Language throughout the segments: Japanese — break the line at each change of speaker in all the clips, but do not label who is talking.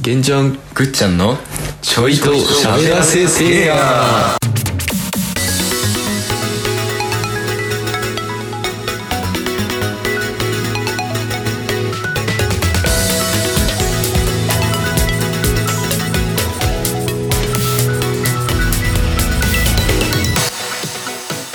玄ちゃん
ぐっちゃんのちょいと
喋らせてや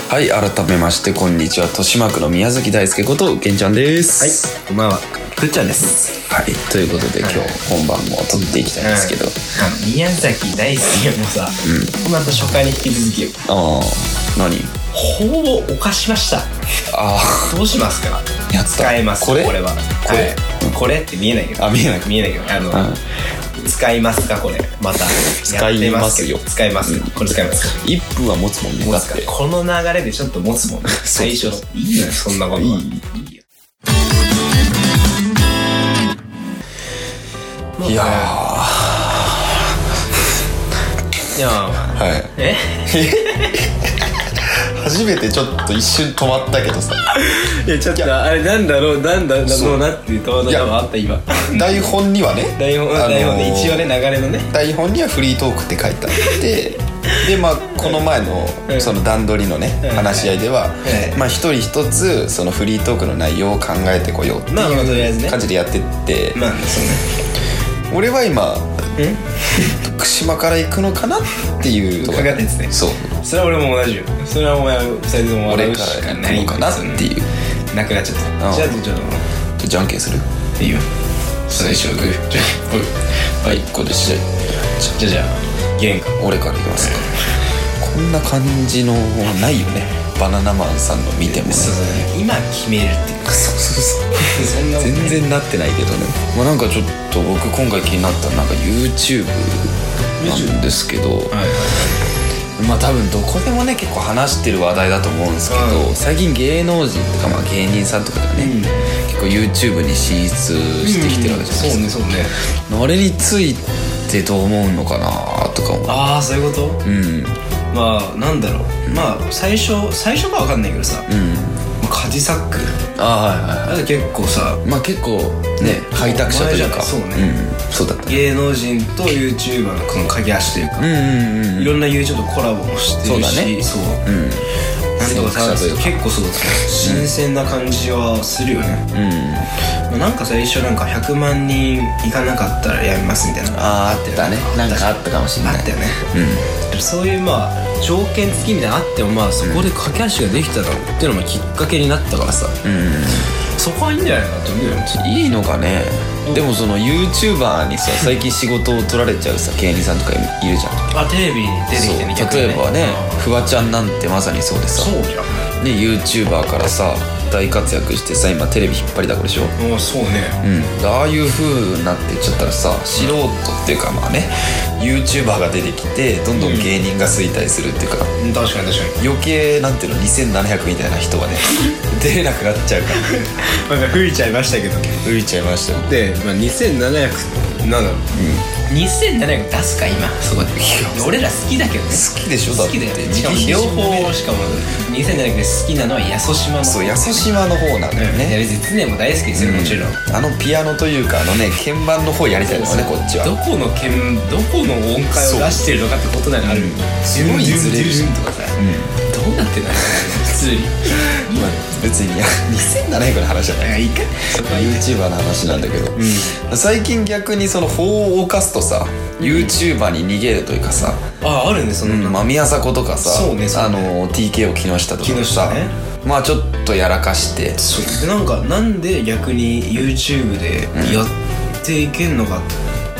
はい改めましてこんにちは豊島区の宮崎大輔ことげんちゃんです
こんばんは。くっちゃんです。
はい、ということで今日本番も撮っていきたいんですけど、
あの宮崎大輔もさ、この後初回に引き続き、
ああ何
ほぼ犯しました。
あ
どうしますか
あやった
使えます。
これ
は。
これ
はいこれって見えないけど。
あ見えない
見えないけど。あの、使いますかこれ。また。
使いますよ
やってけど使います。これ使いますか
1分は持つもんね
持
だ
つ
っ
か
て
この流れでちょっと持 つもんね。最初。いいのよ、そんなことは。
いい
いいよ。
いやーはい
や
い
え
初めてちょっと一瞬止まったけどさ
いや、ちょっと、あれ、なんだろう、なんだ
そ
ろ
う
うなっていう戸惑いがあった、今。
台本にはね
台本、
あのー
台本で一応ね、流れのね。
台本にはフリートークって書いてあ ってでまあこの前
う
の
ん
その段取りのね
うん
話し合いでは
うん
まあ一人一つそのフリートークの内容を考えてこようって
まあまあとりあえ
い
ず
う
ね
感じでやってって
まあ、そうね。
俺は今
え
福島から行くのかなっていうとこ
かかってんですね
そう
それは俺も同じよ。それはお前、二人とも
俺
笑う
か
しからない
行くのかなっていう
う。なくなっちゃった。
うん
じゃあ、ちょっと、
じゃあじゃんけんする
いいよ。最初、グー。じゃあ、
はいこれでじゃ
じゃあ、じゃあ、ゲンか。
あ俺から行きますかこんな感じのないよねバナナマンさんの見てもね
そうだね。今決めるって いうか、
そうそうそう
そんなもんね
全然なってないけどね、まあ、なんかちょっと僕今回気になったのはなんか YouTube なんですけど、
はい
まあ多分どこでもね結構話してる話題だと思うんですけど、
うん
最近芸能人とかまあ芸人さんとかがね、
うん
結構 YouTube に進出してきてるわけじゃないですか、
そうね、そうね。
あれについてどう思うのかなとか思う
ああ、そういうこと
うん
まあ、なんだろう。まあ、最初、最初かわかんないけどさ、
うん
まあカジサック。
あはいはい
あれ結構さ、
まあ結構ね開拓者というか
そうね
うん、そうだった
芸能人と YouTuber のこの鍵足というか、
うんうんうんうん
いろんな YouTube とコラボもしてるし
そうだね
そう
うん
なんとかサービス
先駆者と
結構そう新鮮な感じはするよね、
うん
まあなんか最初なんか100万人いかなかったらやめますみたいなのが
あーあったねなんかあったかもしれない
あったよね
う
でもそういうまあ条件付きみたいなのあってもまあそこで駆け足ができたのっていうのもきっかけになったからさ、
ん、う
そこはいいんじゃないかなと思うよ
ん、いいのかねでもその YouTuber にさ最近仕事を取られちゃうさ芸人さんとかいるじゃん
あテレビに出てきてね
そう
逆に
例えばねフワちゃんなんてまさにそうでさ、
そうじゃん
ね、YouTuber からさ大活躍してさ今テレビ引っ張りだこでしょ
ああそうね
うん、ああいう風になっていっちゃったらさ素人っていうかまあね YouTuber が出てきてどんどん芸人が衰退するっていうか、
うん確かに確かに
余計なんていうの2700みたいな 人がね出れなくなっちゃうから
なんか吹いちゃいましたけど
浮いちゃいましたよ
で、まあ、2700なんだろう、2700出すか今そこで俺ら好きだけどね
好きでしょだって
好きだよね
自
しかも
費
両
品もね
方しかも2700で好きなのは八十島の
そう八
島
十島の方なんだよ
ねい
ね、
や別に常も大好きですよ、もちろん
あのピアノというかあのね鍵盤の方やりたいですねこっち
ど
は
この剣どこの音階を出してるのかってことならある
すごいずれる
ジュンジュンジュンとかさ、どうなってんだろうね普通に
まあ別にいや2700の話じゃない
いいか
まあ YouTuber の話なんだけど、最近逆にその法を犯すとさ YouTuber に逃げるというかさ、
ああるねその、
うん、まあ宮迫とかさ
そうねそうね
あの TK を木下とかさ
木下ね
まあちょっとやらかして
そうでなんかなんで逆に YouTube でやっていけんのかっ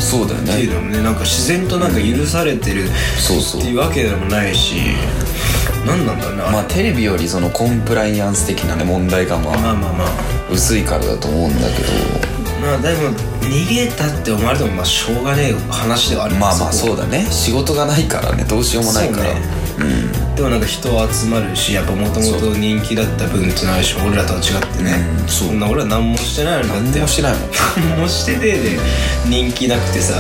そうだよ
てい
ね
うのもねなんか自然となんか許されてる
そうそう
っていうわけでもないし何なんだろうねあれ
まあテレビよりそのコンプライアンス的なね問題がまあ
まあまあまあ
薄いからだと思うんだけ
まあでも逃げたって思われてもまあしょうがねえ話ではある
どまあまあ
こ
そうだね仕事がないからねどうしようもないからう,、
そうねでもなんか人は集まるしやっぱもともと人気だった分ってなるし俺らとは違ってね、
うんそうん
な俺ら何もしてないのにだ
ん何も
って
してないもん
何もしてねえで人気なくてさ、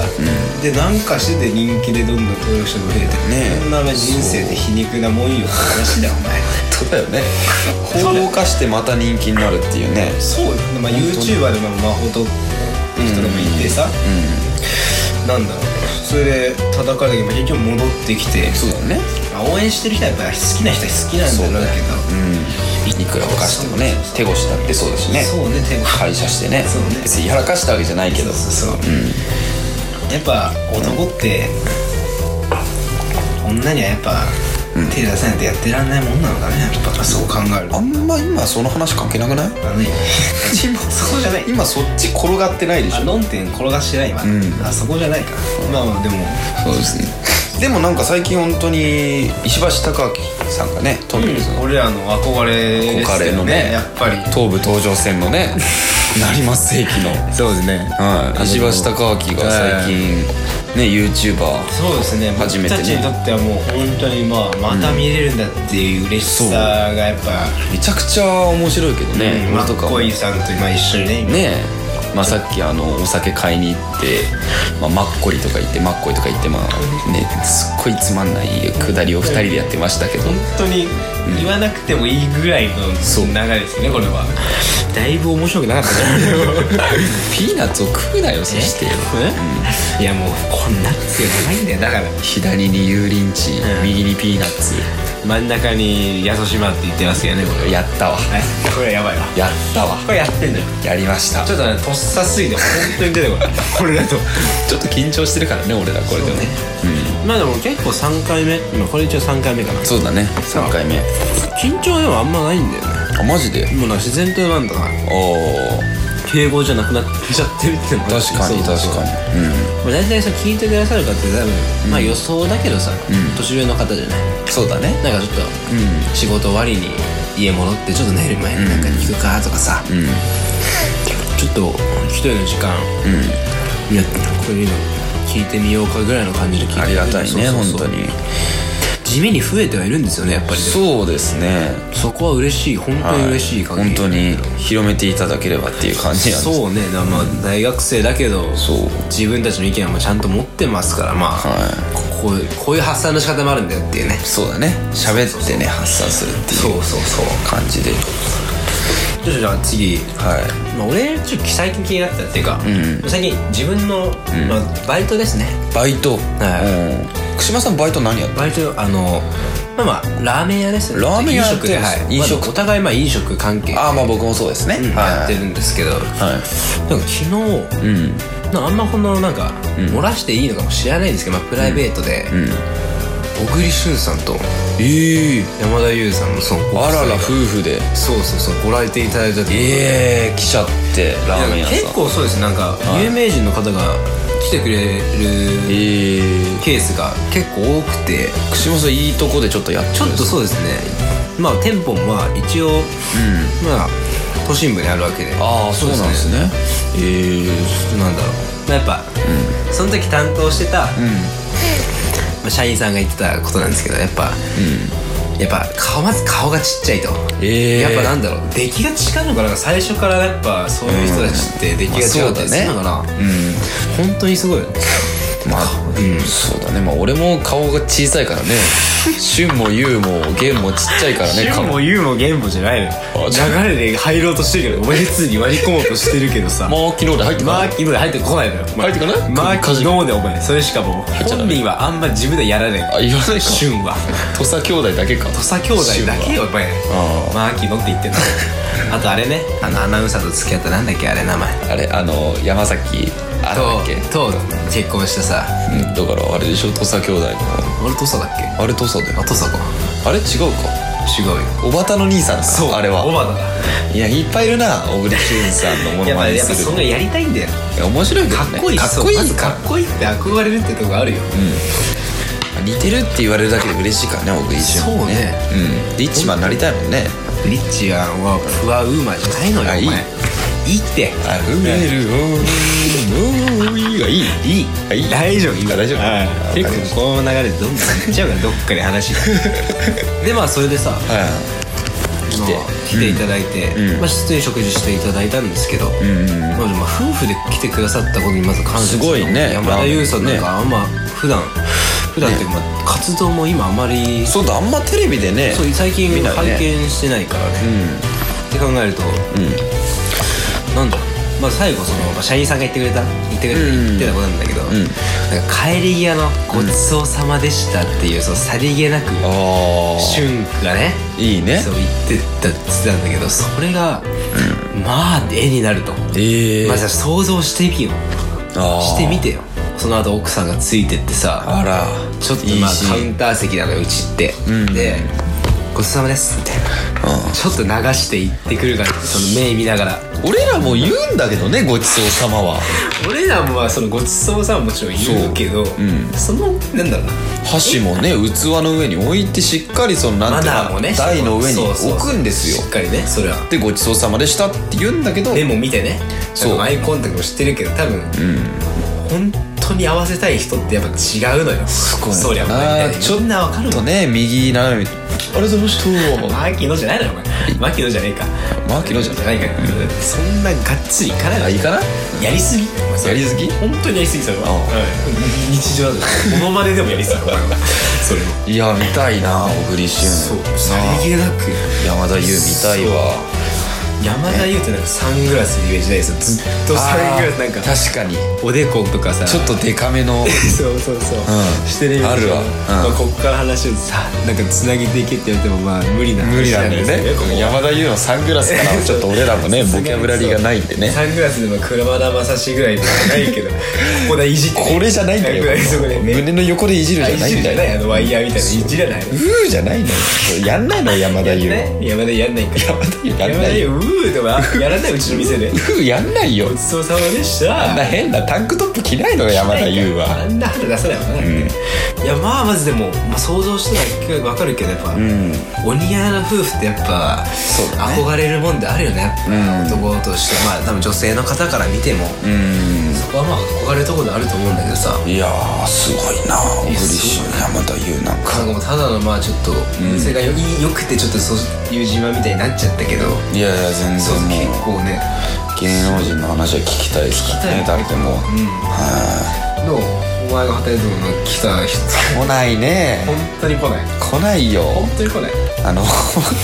でなんかしてて人気でどんどん登録者も増えて
ねえ
こんな人生で皮肉なもんよって話だよお前
そうだよね法を犯してまた人気になるっていうね
そうよ、まあ、YouTuber でもまあほと人でもいてさ、
うん
なんだろうそれで叩かれたけど結局戻ってきて
そうだね
まあ応援してる人はやっぱ好きな人は好きなんだろうけど
うんいくら犯してもね手越しだってそうだしね
そうね手が
会社してね
そうね
別にやらかしたわけじゃないけど
そうそうやっぱ男って女にはやっぱ手出さないとやってらんないもんなのかねやっぱそう考えると
あんま今その話関係なくない
あのねそうじゃ ない
今そっち転がってないでし
あ
ょ
論点転がしてないわ、
ん
あそこじゃないかまあまあでも
そうですねでもなんか最近本当に石橋貴明さんがねトンネルズの
俺らの憧れですよ
憧れのね
やっぱり
東武東上線の ね成増駅の、
そうですね
はい、石橋貴明が最近ね YouTuber
そうですね
初めてね
僕たちにとってはもう本当にまあまた見れるんだっていう嬉しさがやっぱ、
めちゃくちゃ面白いけどね、
ま
俺
あ
とかも
恋さんと今一緒にね今
ねえ、まあ、さっきあのお酒買いに行って、まあ、マッコリとか行ってマッコリとか行ってまあねすっごいつまんないくだりを2人でやってましたけど
本当に言わなくてもいいぐらいの流れですね、これはだいぶ面白くなか ったね
ピーナッツを食うなよそして
えいやもうこんなってやばいんだよだから
左に油淋鶏、
うん
右にピーナッツ
真ん中にやそしまって言ってますけどねこれ
やったわ
はいこれやばいわ
やったわ
これやってんのよ
やりました
ちょっとねとっさすぎて本当に出て こないこれだと
ちょっと緊張してるからね俺らこれでもね
まあでも結構3回目今これ一応3回目かな
そうだね3回目
緊張ではあんまないんだよ
あマジで
ねもうなんか自然となんだな
お
敬語じゃなくなっちゃってるっていうの
ー確かに確かにうん
に大体さ聞いてくださる方って多分まあ予想だけどさ年上の方じゃない
そうだね
なんかちょっと仕事終わりに家戻ってちょっと寝る前になんか聞くかとかさ
うん
ちょっと一人の時間いやこういうの聞いてみようかぐらいの感じで聞いて
ありがたいね
そうそう
本
そう
当に
地味に増えてはいるんですよねやっぱりでも
そうですね
そこは嬉しい本当に嬉しい限
本
り、
当に広めていただければっていう感じなんです
そうねだからまあ大学生だけど
そう
自分たちの意見もちゃんと持ってますからまあ、
は
こうこういう発散の仕方もあるんだよっていうね
いそうだね喋ってね発散するっていう
うそうそう
感じで
ちょっとじゃあ次、
はい
まあ、俺ちょっと最近気になったっていうか、最近自分の、まあ、バイトですね
バイト
は
うん串間さんバイト何やった
バイトあのまあまあラーメン屋ですね
ラーメン屋
飲食で、
やってるん
は
です
い、まあ
飲食
お互いまあ飲食関係
ああまあ僕もそうですね
うんやってるんですけど、
はい
なんか昨日、
うん
なんかあんまこのなんか、漏らしていいのかも知らないんですけど、まあ、プライベートで、
うん
小栗旬さんと
ええ
山田優さんのそう
あらら夫婦で
そうそうそうご来店いただいたと
ええ来ちゃってラーメン屋さん
結構そうですなんか
い
有名人の方が来てくれる
ええ
ケースが結構多くて
串間さんいいとこでちょっとやっ
ちょっとそうですねまあ店舗もまあ一応、まあ都心部にあるわけで
ああそうなんですね
ええなんだろうまあやっぱ、その時担当してた、まあ、社員さんが言ってたことなんですけどやっぱ、やっぱ顔まず顔がちっちゃいと、
ええ
やっぱなんだろう出来が違うのかな最初からやっぱそういう人たちって出来が違うったりするのかな、本当にすごいよね
まあ、うん、そうだねまあ俺も顔が小さいからね旬も優も玄もちっちゃいからね顔
もユウもゲンもじゃないのよ
あじゃ
流れで入ろうとしてるけど俺別に割り込もうとしてるけどさ
まあ昨日で入って
マ
ない
ーキーので入ってこないのよお前
入ってこない
マーキーのでお前それしかも
っちゃダ
本
メ
人はあんま自分でやらない
あ言わないか
旬は
土佐兄弟だけか
土佐兄弟だけよお前
あ
マーキーのって言ってんのあとあれねあのアナウンサーと付き合ったなんだっけあれ名前
あれあの山崎あれだっけ、
と結婚したさ
うん、だからあれでしょ土佐兄弟の
俺土佐だっけ
あれ土佐だよ
あ土佐か
あれ違うか
違うよ
おばたの兄さんかあれは
小畑
いやいっぱいいるな小栗旬さんのも
だや
の
っ
ま
ぱ
ね
やっぱ
す
そん
る
なやりたいんだよ
いや面白いけど
か
ね
っこいい
かっこ
そう
いい
まず
か
かっこいいって憧れるってとこあるよ
似てるって言われるだけで嬉しいからね小栗旬もうんリッチマンなりたいもんね
リッチははふわウーマンじゃないのよお
あ
前
いい
いいって
あふれる思いがいいいいあいい
大丈夫
今大丈夫あ
はい結構この流れでどんどん行っちゃうからどっかで話が
でまあそれでさ、
はい
来て来ていただいて、
うん
まあ、普通に食事していただいたんですけど、
んうん
まあ、まあ夫婦で来てくださったことにまず感謝
すごいね
山田優さんなんかあんま普段普段っていうか、まあ、活動も今あんまり、
そうだあんまテレビでね
そう最近
見ないね
拝見してないからねって考えると、なんだろうまあ、最後その、まあ、社員さんが言ってくれた言ってくれた、
うん
言ってたことなんだけど、
ん
なんか帰り際の「ごちそうさまでした」っていう、そのさりげなく
あ
瞬がね
あいいね
そう言ってたって言ってたんだけどそれが、まあ絵になると、
ええ
まあじゃあ想像してみよ
あー
してみてよその後奥さんがついてってさ
あら
ちょっとまあ
いいシーン
カウンター席なのようちって、
ん
で「ごちそうさまです」みたいなちょっと流して行ってくるからその目見ながら
俺らも言うんだけどねごちそうさまは
俺らもまあそのごちそうさまもちろん言うけどそ,、
ん
のなんだろうな
箸もね器の上に置いてしっかりそのな
マ
んていう
ナーも
の、
ね
台の上に置くんですよ
そうそうそうしっかりねそれは
でごちそうさまでしたって言うんだけど
目も見てね
そう
なんかアイコンタクトもしてるけど多分、本当に合わせたい人ってやっぱ違うのよす
ごいな
そりゃお前みたいな
ちょっと
みんなわかる
ちょ
も
っ
ん
とね右斜めにあれどうした
牧野じゃないのよお前牧野じゃねえか
牧野じゃない
ないか、そんながっつりいかない
あいいかな
やりすぎお前それ
やりすぎ
本当にやりすぎそれは、
ああ
うん日常だとモノマネでもやりすぎお前はそれはい
や見たいな小栗旬
さ
なあ
りげなく
山田優見たいわ
山田優ってなんかサングラスのイメージないですよずっとサングラスなんか
あー確かに
おでことかさ
ちょっとデカめ の
そうそうそう、
うん
してるよ
あるわ
うん
うん
まあ、こっから話をさなんかつなげていけって言われてもまあ無理な
無理
話
なんだよ
です
ね
ここは
山田優のサングラスからはちょっと俺らもね
さす
ボ
がに
キャブラリーがないんでね
サングラスでも車田正史ぐらいではない けどここでいじってね
これじゃないんだ
ぐらいそこで
よ
ね
胸の横でいじる
あ
じゃ
い
ない
じる
ん
じゃ
だ
ないあ
よ
のワイヤーみたいないじらないう
ーじゃないのよやんないの山田優
ね山田やんないから
山田優やん
山
な
田
いよ
うーとかやらないうちの 店で
うーやんないよ
ごちそうさまでし
あんな
た
変なタンクトップ着ないのよ山田優
あ
は
んな肌出さないわな、いやまあまずでも、まあ、想像してたら分かるけどやっぱ、お似合いの夫婦ってやっぱ、
そうだね
憧れるもんであるよねやっぱ男としてまあ多分女性の方から見ても、
うん
そこはまあ憧れるところであると思うんだけどさ、
いやーすごいな小栗旬山田優なんか
なんかもうただのまあちょっと、それがよいよくてちょっとそういう自慢みたいになっちゃったけど
いやいや全
そう
然
結
もう
構ね
芸能人の話は聞きたいですからね誰でも
どうお前が働いてるの来た人
来ないね
本当に来ない
来ないよ
本当に来ない
あの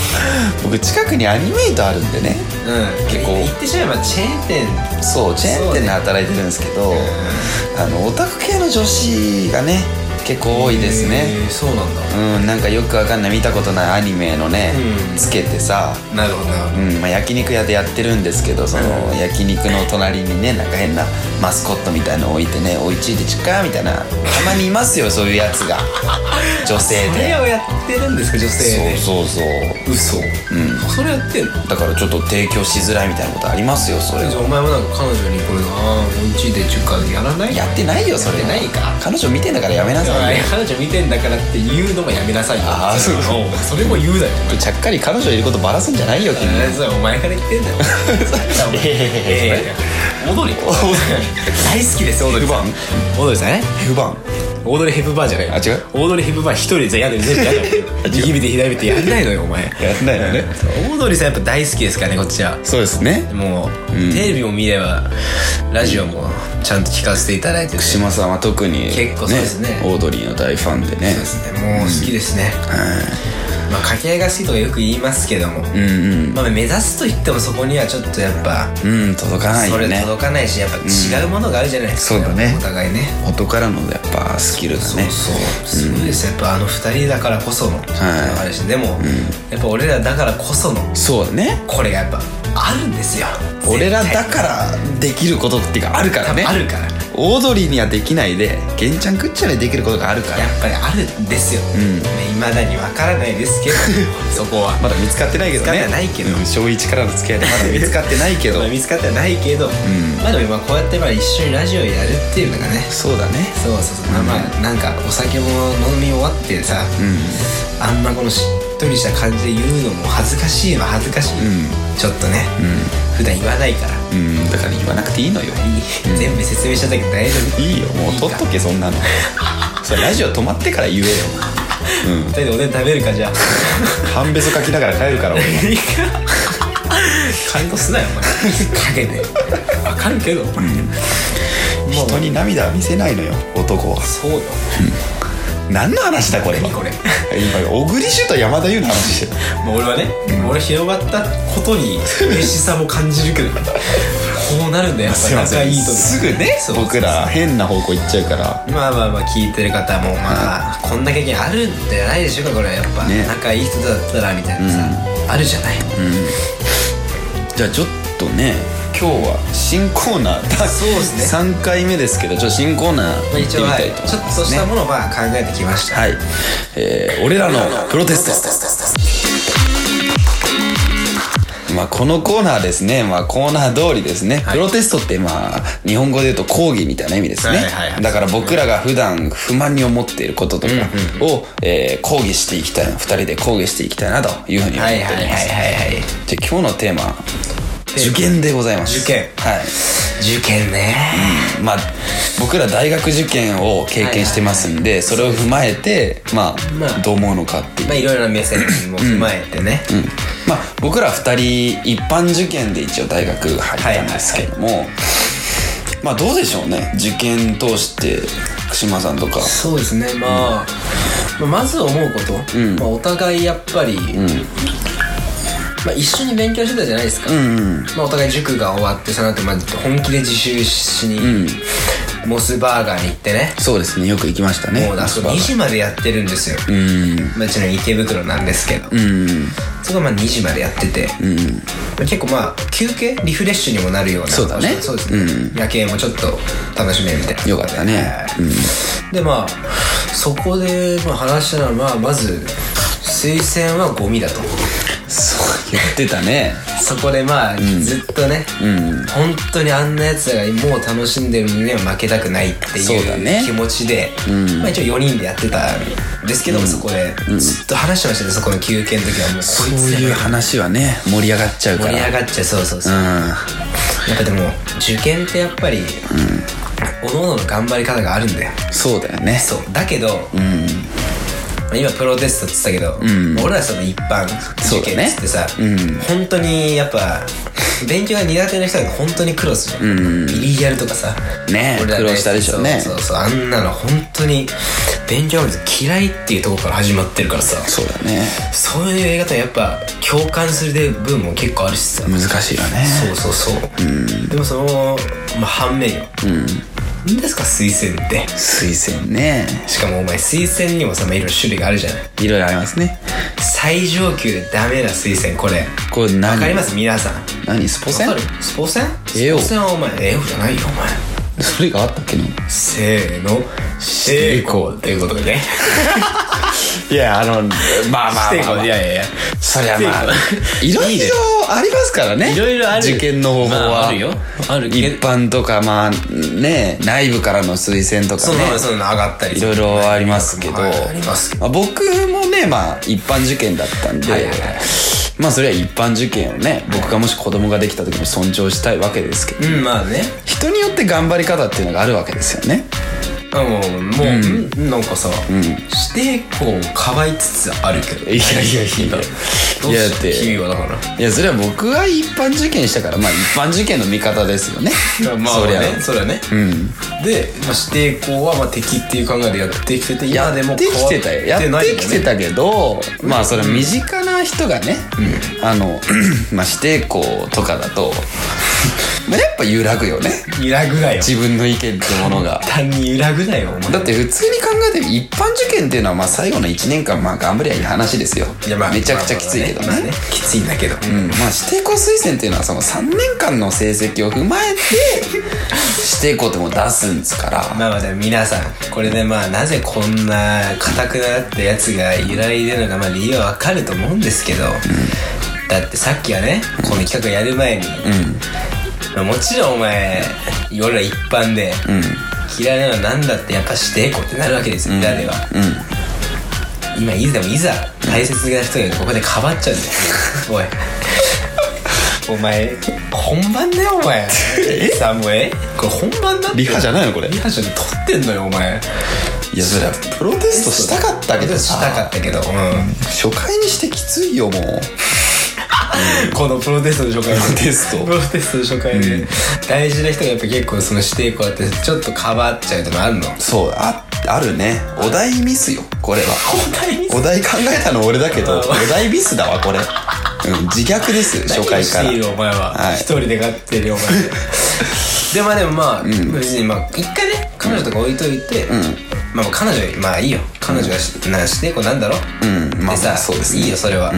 僕近くにアニメイトあるんでね
うん
結構
言ってしまえばチェーン店
そうチェーン店で働いてるんですけど、あのオタク系の女子がね結構多いですね
へーそうなんだ
うんなんかよくわかんない見たことないアニメのね、
うん
つけてさ
なるほどなるほ
うんまあ、焼肉屋でやってるんですけどその焼肉の隣にねなんか変なマスコットみたいの置いてね「おいちいでちっか」みたいなたまにいますよそういうやつ が女性
どそ
で
れをやってるんですか女性で
そうそうそう
嘘
うん
それやってんの
だからちょっと提供しづらいみたいなことありますよそれ
じゃあお前もなんか彼女にこれが「ああおんちで中華やらない?」
やってないよそれ
やってないか
彼女見てんだからやめなさいよ
彼女見てんだからって言うのもやめなさいよ
あーそう
うんそれも言うなよ
ちゃっかり彼女いることばらすんじゃないよ君
えーそれお前から言ってんだ よ。ええオード リー。大好きですオードリーさん。オードリーさんね。
不番
オードリーヘプバーンじゃない。
あ違う。
オードリーヘプバーン一人でやる全部やる。 右見て左見てやんないのよお前。
やんないのね
オードリーさんやっぱ大好きですからねこっちは。
そうですね
もう、テレビも見ればラジオもちゃんと聞かせていただいてる、
志麻さんは特に
結構そうですね
オードリーの大ファンでね
そうですねもう好きですね、まあ掛け合いが好きとかよく言いますけども、
うん
まあ、目指すと言ってもそこにはちょっとやっぱ、
うんうん届かない
そ
よ
れ
ね
届かないしやっぱ違うものがあるじゃないですか、
うんそうだね
お互いね
元からのやっぱスキルだね
そうすごいです、やっぱあの二人だからこその、あれしでも、やっぱ俺らだからこその
そうだね
これがやっぱあるんですよ
俺らだ
絶対
からできることっていうかあるからね
あるから
オードリーにはできないでゲンちゃんくっちゃんにできることがあるから
やっぱりあるんですよ、
ん
いまだにわからないです けどそこは
まだ見つかってないけどね
見つかってないけど
うん小1からの付き合いでまだ見つかってないけど
まあ見つかってはないけど、まあでも今こうやってまあ一緒にラジオやるっていうのがね
そうだね
そうそうそうまあまあなんかお酒も飲み終わってさ、あんまこのしっとりした感じで言うのも恥ずかしいは恥ずかしい、ちょっとね、普段言わないから、
うんだから言わなくていいのよ
いい全部説明しちゃったけど大丈夫
いいよもう取っとけそん なのそれラジオ止まってから言えよ
2人でおでん食べるかじゃあ
半べそ書きながら帰るから俺
いいか感動すなよお前陰でわかるけど、
人に涙は見せないのよ男は
そうよ
何の話だこれは
何これ
今小栗旬と山田優の話してる
もう俺はね、俺広がったことに嬉しさも感じるけどこ
こうなるんだよやっぱり仲いいとね
すぐね
そう
僕ら変な方向行っちゃうから
まあまあまあ聞いてる方もまあこんな経験あるんじゃないでしょうかこれやっぱ、
ね
仲いい人だったらみたいなさ、あるじゃない、
じゃあちょっとね今日は新コーナーだ
そうですね
3回目ですけどちょっと新コーナー行って
まあ、
み
一応は
たい
い
と
ちょっとそうしたものをまあ考えてきました、
はい、えー、俺らのプロテストまあこのコーナーですね、まあ、コーナー通りですね、プロテストってまあ日本語で言うと抗議みたいな意味ですね、
はいはいはい
だから僕らが普段不満に思っていることとかを、えー抗議していきたいな2人で抗議していきたいなというふうに思っ
は
てお
い
りま
はい
す、
はいはいはい
じゃあ今日のテーマ受験でございます
受験
はい
受験ね
まあ、僕ら大学受験を経験してますんで、それを踏まえて、ま
ま
あ、
あ
どう思うのかっていう、
まあいろいろな目線も踏まえてね、
うんまあ、僕ら2人一般受験で一応大学入ったんですけども、まあどうでしょうね受験通して福島さんとか
そうですねまあ、まあまず思うこと、
ん
まあ、お互いやっぱり、まあ、一緒に勉強してたじゃないですか、
うんうん
まあ、お互い塾が終わってその後まあ本気で自習しに、モスバーガーに行ってね
そうですねよく行きましたね
もうだそこ2時までやってるんですよ、
うん
まあ、うちの池袋なんですけど、
うん
そこはまあ2時までやってて、
うん
結構まあ休憩リフレッシュにもなるような
そうだね
そうですね、夜景もちょっと楽しめるみたいな
よかったね
はいでまあそこでまあ話したのはまあまず推薦はゴミだと
そう言ってたね
そこでまあ、ずっとね、
うん
本当にあんなやつらがもう楽しんでるのには負けたくないって
そうだ
い
ね
う気持ちで、
ん
まあ、一応4人でやってたんですけども、そこでずっと話してましたねそこの休憩の時はもうこ
そう
いつら
いう話はね盛り上がっちゃうか
盛
ら
り上がっちゃうそうそうそう、
うん
やっぱでも受験ってやっぱり、各々の頑張り方があるんだよ
そうだよね
そうだけど、今プロテストって言ったけど、俺らその一般受験っつってさ、
そうだねうん
本当にやっぱ勉強が苦手な人が本当に苦労する、ビリギャルとかさ
ね
俺ら
苦労したでしょうね
そうそうそうあんなの本当に勉強なんて嫌いっていうところから始まってるからさ
そうだね
そういう映画とやっぱ共感する部分も結構あるしさ、
難しいよね
そうそうそう、でもその、まあ、反面よ、うん、ですか推薦って
推薦ね
しかもお前推薦にもさまあいろいろ種類があるじゃない
いろいろありますね
最上級でダメな推薦これ
これ何
わかります皆さん
何スポセン
わかるスポセン
えよ
スポセンはお前えよじゃないよお前
それがあったっけな
せーの成功っていうことでね
いやあのまあまあ
成
まあ、
功いやいやいや
そりゃまあ いろいろありますからね
いろいろある
受験の方法は、
まああるよある
一般とかまあね内部からの推薦とか
そうなの
ね
そうなの上がったり
いろいろありますけど、
はいありますけど
まあ、僕もねまあ一般受験だったんで、
はいはいはい
まあそれは一般受験をね僕がもし子供ができた時も尊重したいわけですけど、
うんまあね
人によって頑張り方っていうのがあるわけですよね
あもうもう、うんなんかさ、指定校をかばいつつあるけど
いやいやいや
どう
いやだっ
して君
て
はだから
いやそれは僕は一般受験したからまあ一般受験の味方ですよね
まあ
そりゃ
ねそれはね、
うん
で、まあ、指定校はまあ敵っていう考えでやってきてて今
や
でも
ってきてたよや
変わ
っ
ない
て
よね
きてたけどまあそれは身近な人がねあの まあ指定校とかだと まあやっぱ揺らぐよね
揺らぐなよ
自分の意見ってものが
単に揺らぐなよお前
だって普通に考えて一般受験っていうのはまあ最後の1年間まあ頑張りゃいい話ですよ
いやまあ
めちゃくちゃきついけど
まあまあ
ね
きついんだけど、
うんまあ、指定校推薦っていうのはその3年間の成績を踏まえて指定校ってもう出すんですから
まあまあでも皆さんこれでまあなぜこんな硬くなったやつが揺らいでるのかまあ理由はわかると思うんですけど、だってさっきはねこの企画やる前に、まあもちろんお前俺ら一般で、嫌いなのは何だってやっぱ指定校ってなるわけですよ、裏では、今いつでもいざ大切な人がここでかばっち ゃうんだよおいお前本番だよ お前えさもうえこれ本番だって
リハじゃないのこれ
リハじゃん撮ってんのよお前
いやそれはプロテストしたかったけど
し
さ
たかったけど、うん、
初回にしてきついよもう
このプロテストの初回で
プロテスト
プロテストの初回で、大事な人がやっぱ結構その指定校やってちょっとかばっちゃうとかあるの
そうああるねお題ミスよこれは
題ミス
お題考えたの俺だけどお題ミスだわこれうん自虐ですよ初回から
何をしているお前は、
はい
一人で飼ってるよ お前でまあでもまあ、別にまあ一回ね彼女とか置いといて、まあ彼女まあいいよ彼女がし,、なんしてこうなんだろ
うんまあ
でさ
そうですね
いいよそれは、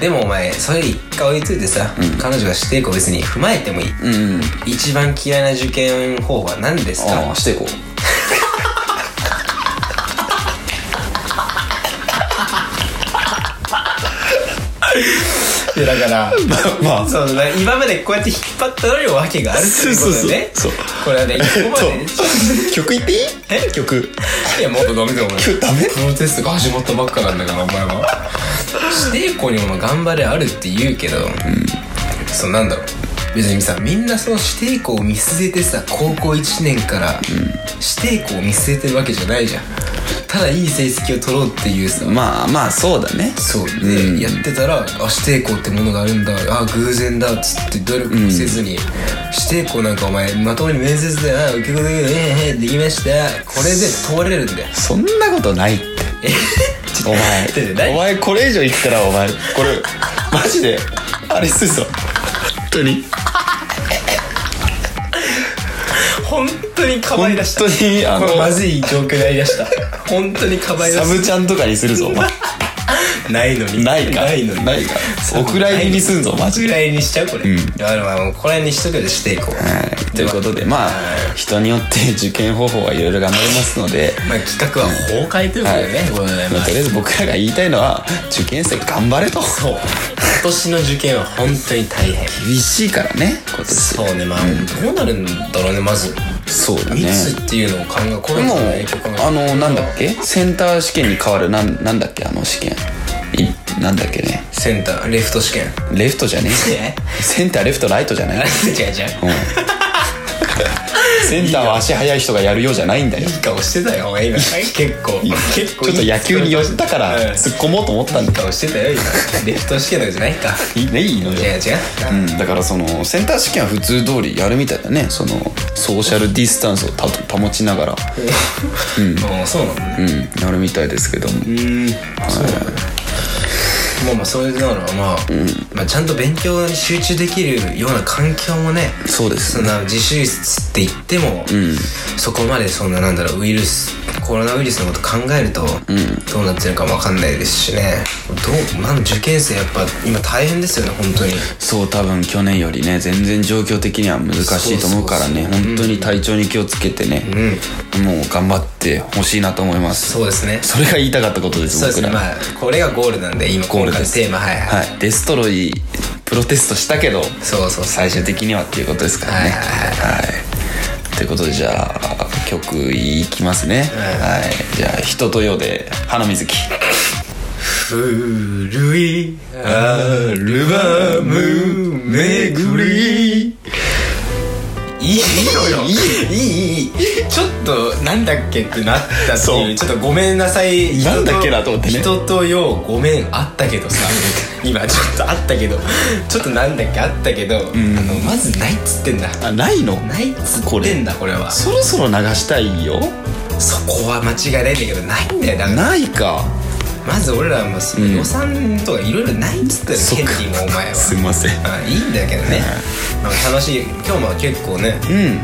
でもお前それ一回置いといてさ、彼女がしていこう別に踏まえてもいい、
うん
一番嫌いな受験方法は何です
あ
か
あしていこう
でだから
まあ
そうだから今までこうやって引っ張ったのにわけがあるっていうことでね
そうそうそうそう
これ はね一個までねちょっ
曲いっていい
え
曲
といやもっとダメだよお前
曲ダメ
プロテストが始まったばっかなんだからお前は指定校にも頑張れあるって言うけど、そうなんだろう別にさみんなその指定校を見据えてさ高校1年から指定校を見据えてるわけじゃないじゃんただいい成績を取ろうっていうさ
まあまあそうだね
そうで、やってたらあ指定校ってものがあるんだあ偶然だっつって努力もせずに、指定校なんかお前まともに面接で「あ受け答ええええできましたこれで通れるんだよ
そんなことないって お
ょっと待って
前
何
お前これ以上言ったらお前これマジであれするぞ本当に
本当にかば
本
い出した
当にあ
これま
の
ずい状況でありだした本当にかばい出
サ
し
ブちゃんとかにする ぞお前
たないのに
ないか
ないのに
ないかお蔵入りにすんぞマジ
ぐ
で
らいにしちゃうこれ、だからまあもうこれにしとくで指定校
はいということでまあ人によって受験方法はいろいろ頑張りますので
まあ企画は崩壊ということでね、これね
ま
ま
あ
あ
とりあえず僕らが言いたいのは受験生頑張れと
そう今年の受験は本当に大変
厳しいからね今年
そうねまあ、どうなるんだろうねまず
そうだね
密っていうのを考えコロ
で
ナ
も
の影響考え
あのなんだっけセンター試験に変わるなんなんだっけあの試験いなんだっけね
センターレフト試験
レフトじゃね えセンターレフトライトじゃない
違う違う
センターは足速い人がやるようじゃないんだよ
いい顔してたよお前今結構結構
ちょっと野球に寄
よ
ったから
うん
突っ込もうと思ったん
いい
だ
顔してたよ今レフト試験とかじゃないか
いいねいいの
違う
よ、
違う
うん、だからそのセンター試験は普通通りやるみたいだねそのソーシャルディスタンスをた保ちながら
もうそうなんだね
うんやるみたいですけども
まあまあそういうのならまあ、まあちゃんと勉強に集中できるような環境もね
そうです
そ
ね
んな自習室って言っても、そこまでそんななんだろうウイルスコロナウイルスのこと考えると、どうなってるかもわかんないですしねどうなん受験生やっぱ今大変ですよね本当に
そう多分去年よりね全然状況的には難しいと思うからね
そうそうそう
本当に体調に気をつけてね、もう頑張ってほしいなと思います
そうですね
それが言いたかったことです
そうですね
僕ら、
まあこれがゴールなんで今
ゴー
今
ル
回
で
の
す
テーマはいはい、
はい、デストロイプロテストしたけど
そうそうそう
最終的にはっていうことですからね
は
は
い
いということでじゃあ曲いきますねはい、じゃあ「人とよ」で「花水木」
古いアルバム巡りいいのよいいいいいいちょっとなんだっけってなったって
そ
いううちょっとごめんなさい人
なんだっけなと思ってね
人とようごめんあった けどさ今ちょっとあったけどちょっとなんだっけあったけど、あのまずないっつってんだ
あないの
ないっつってんだこれはそ
そろそろ流したいよ
こは間違いないんだけどないんだよだから
ないか
まず俺らはもうその予算とかいろいろないっつって
そっ
る
か
権利もお前は
すいません
まあいいんだけどね、まあ、楽しい今日も結構ね、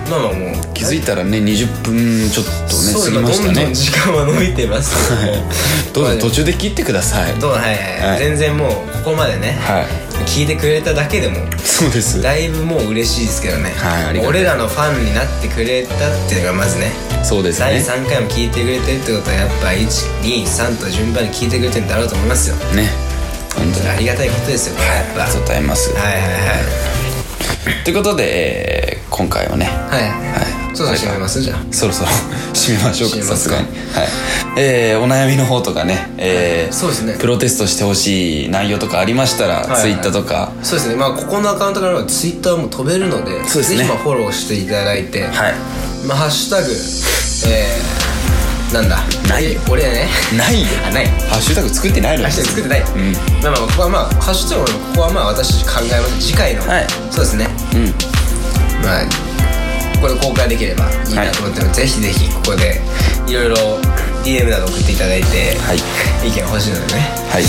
まあまあもう
気づいたらね20分ちょっとね
そう
過ぎました
どん
ね
どん時間は伸びてますけども
どう
まあ
ぞ途中で切ってください
どうはいはい、
は
はいい、全然もうここまでね、
はい
聞いてくれただけでも
そうです
だいぶもう嬉しいですけどね、
はいありがとう
俺らのファンになってくれたっていうのがまずね
そうです
第
ね
3回も聞いてくれてるってことはやっぱ123と順番に聞いてくれてるんだろうと思いますよ
ね本当にあ
ありがたいことですよこれはやっぱ
りがとうございます
はいはい
ということで、えー今回はね
はいはい、
はい
そうそう閉めますじゃあ
そろそろ 締めましょう
締
か
め
さ
ますす
が
か
に、はいえーお悩みの方とかね、えー
そうですね
プロテストしてほしい内容とかありましたら、
いはい
ツイッターとか
そうですねまあここのアカウントからはツイッターも飛べるので
そうですね
ぜひまあフォローしていただいて
はい
まあハッシュタグえー、なんだ
ない
え俺ね
ないよ
あない
ハッシュタグ作ってないの
ハッシュタグ作ってない、
うん
まあまあここはまあハッシュタグのここはまあ私考えます次回の、
はい
そうですね
うん
まあこれ公開できればいいなと思っても、ぜひぜひここでいろいろ DM など送っていただいて、
はい
意見欲しいのでね
はい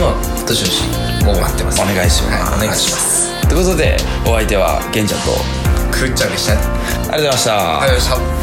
まあどしどしもう待ってます
お願いします、
はいお願いします
ということでお相手は玄ちゃんと
くっちゃんでしたあり
ありがとうございました、
がとうございました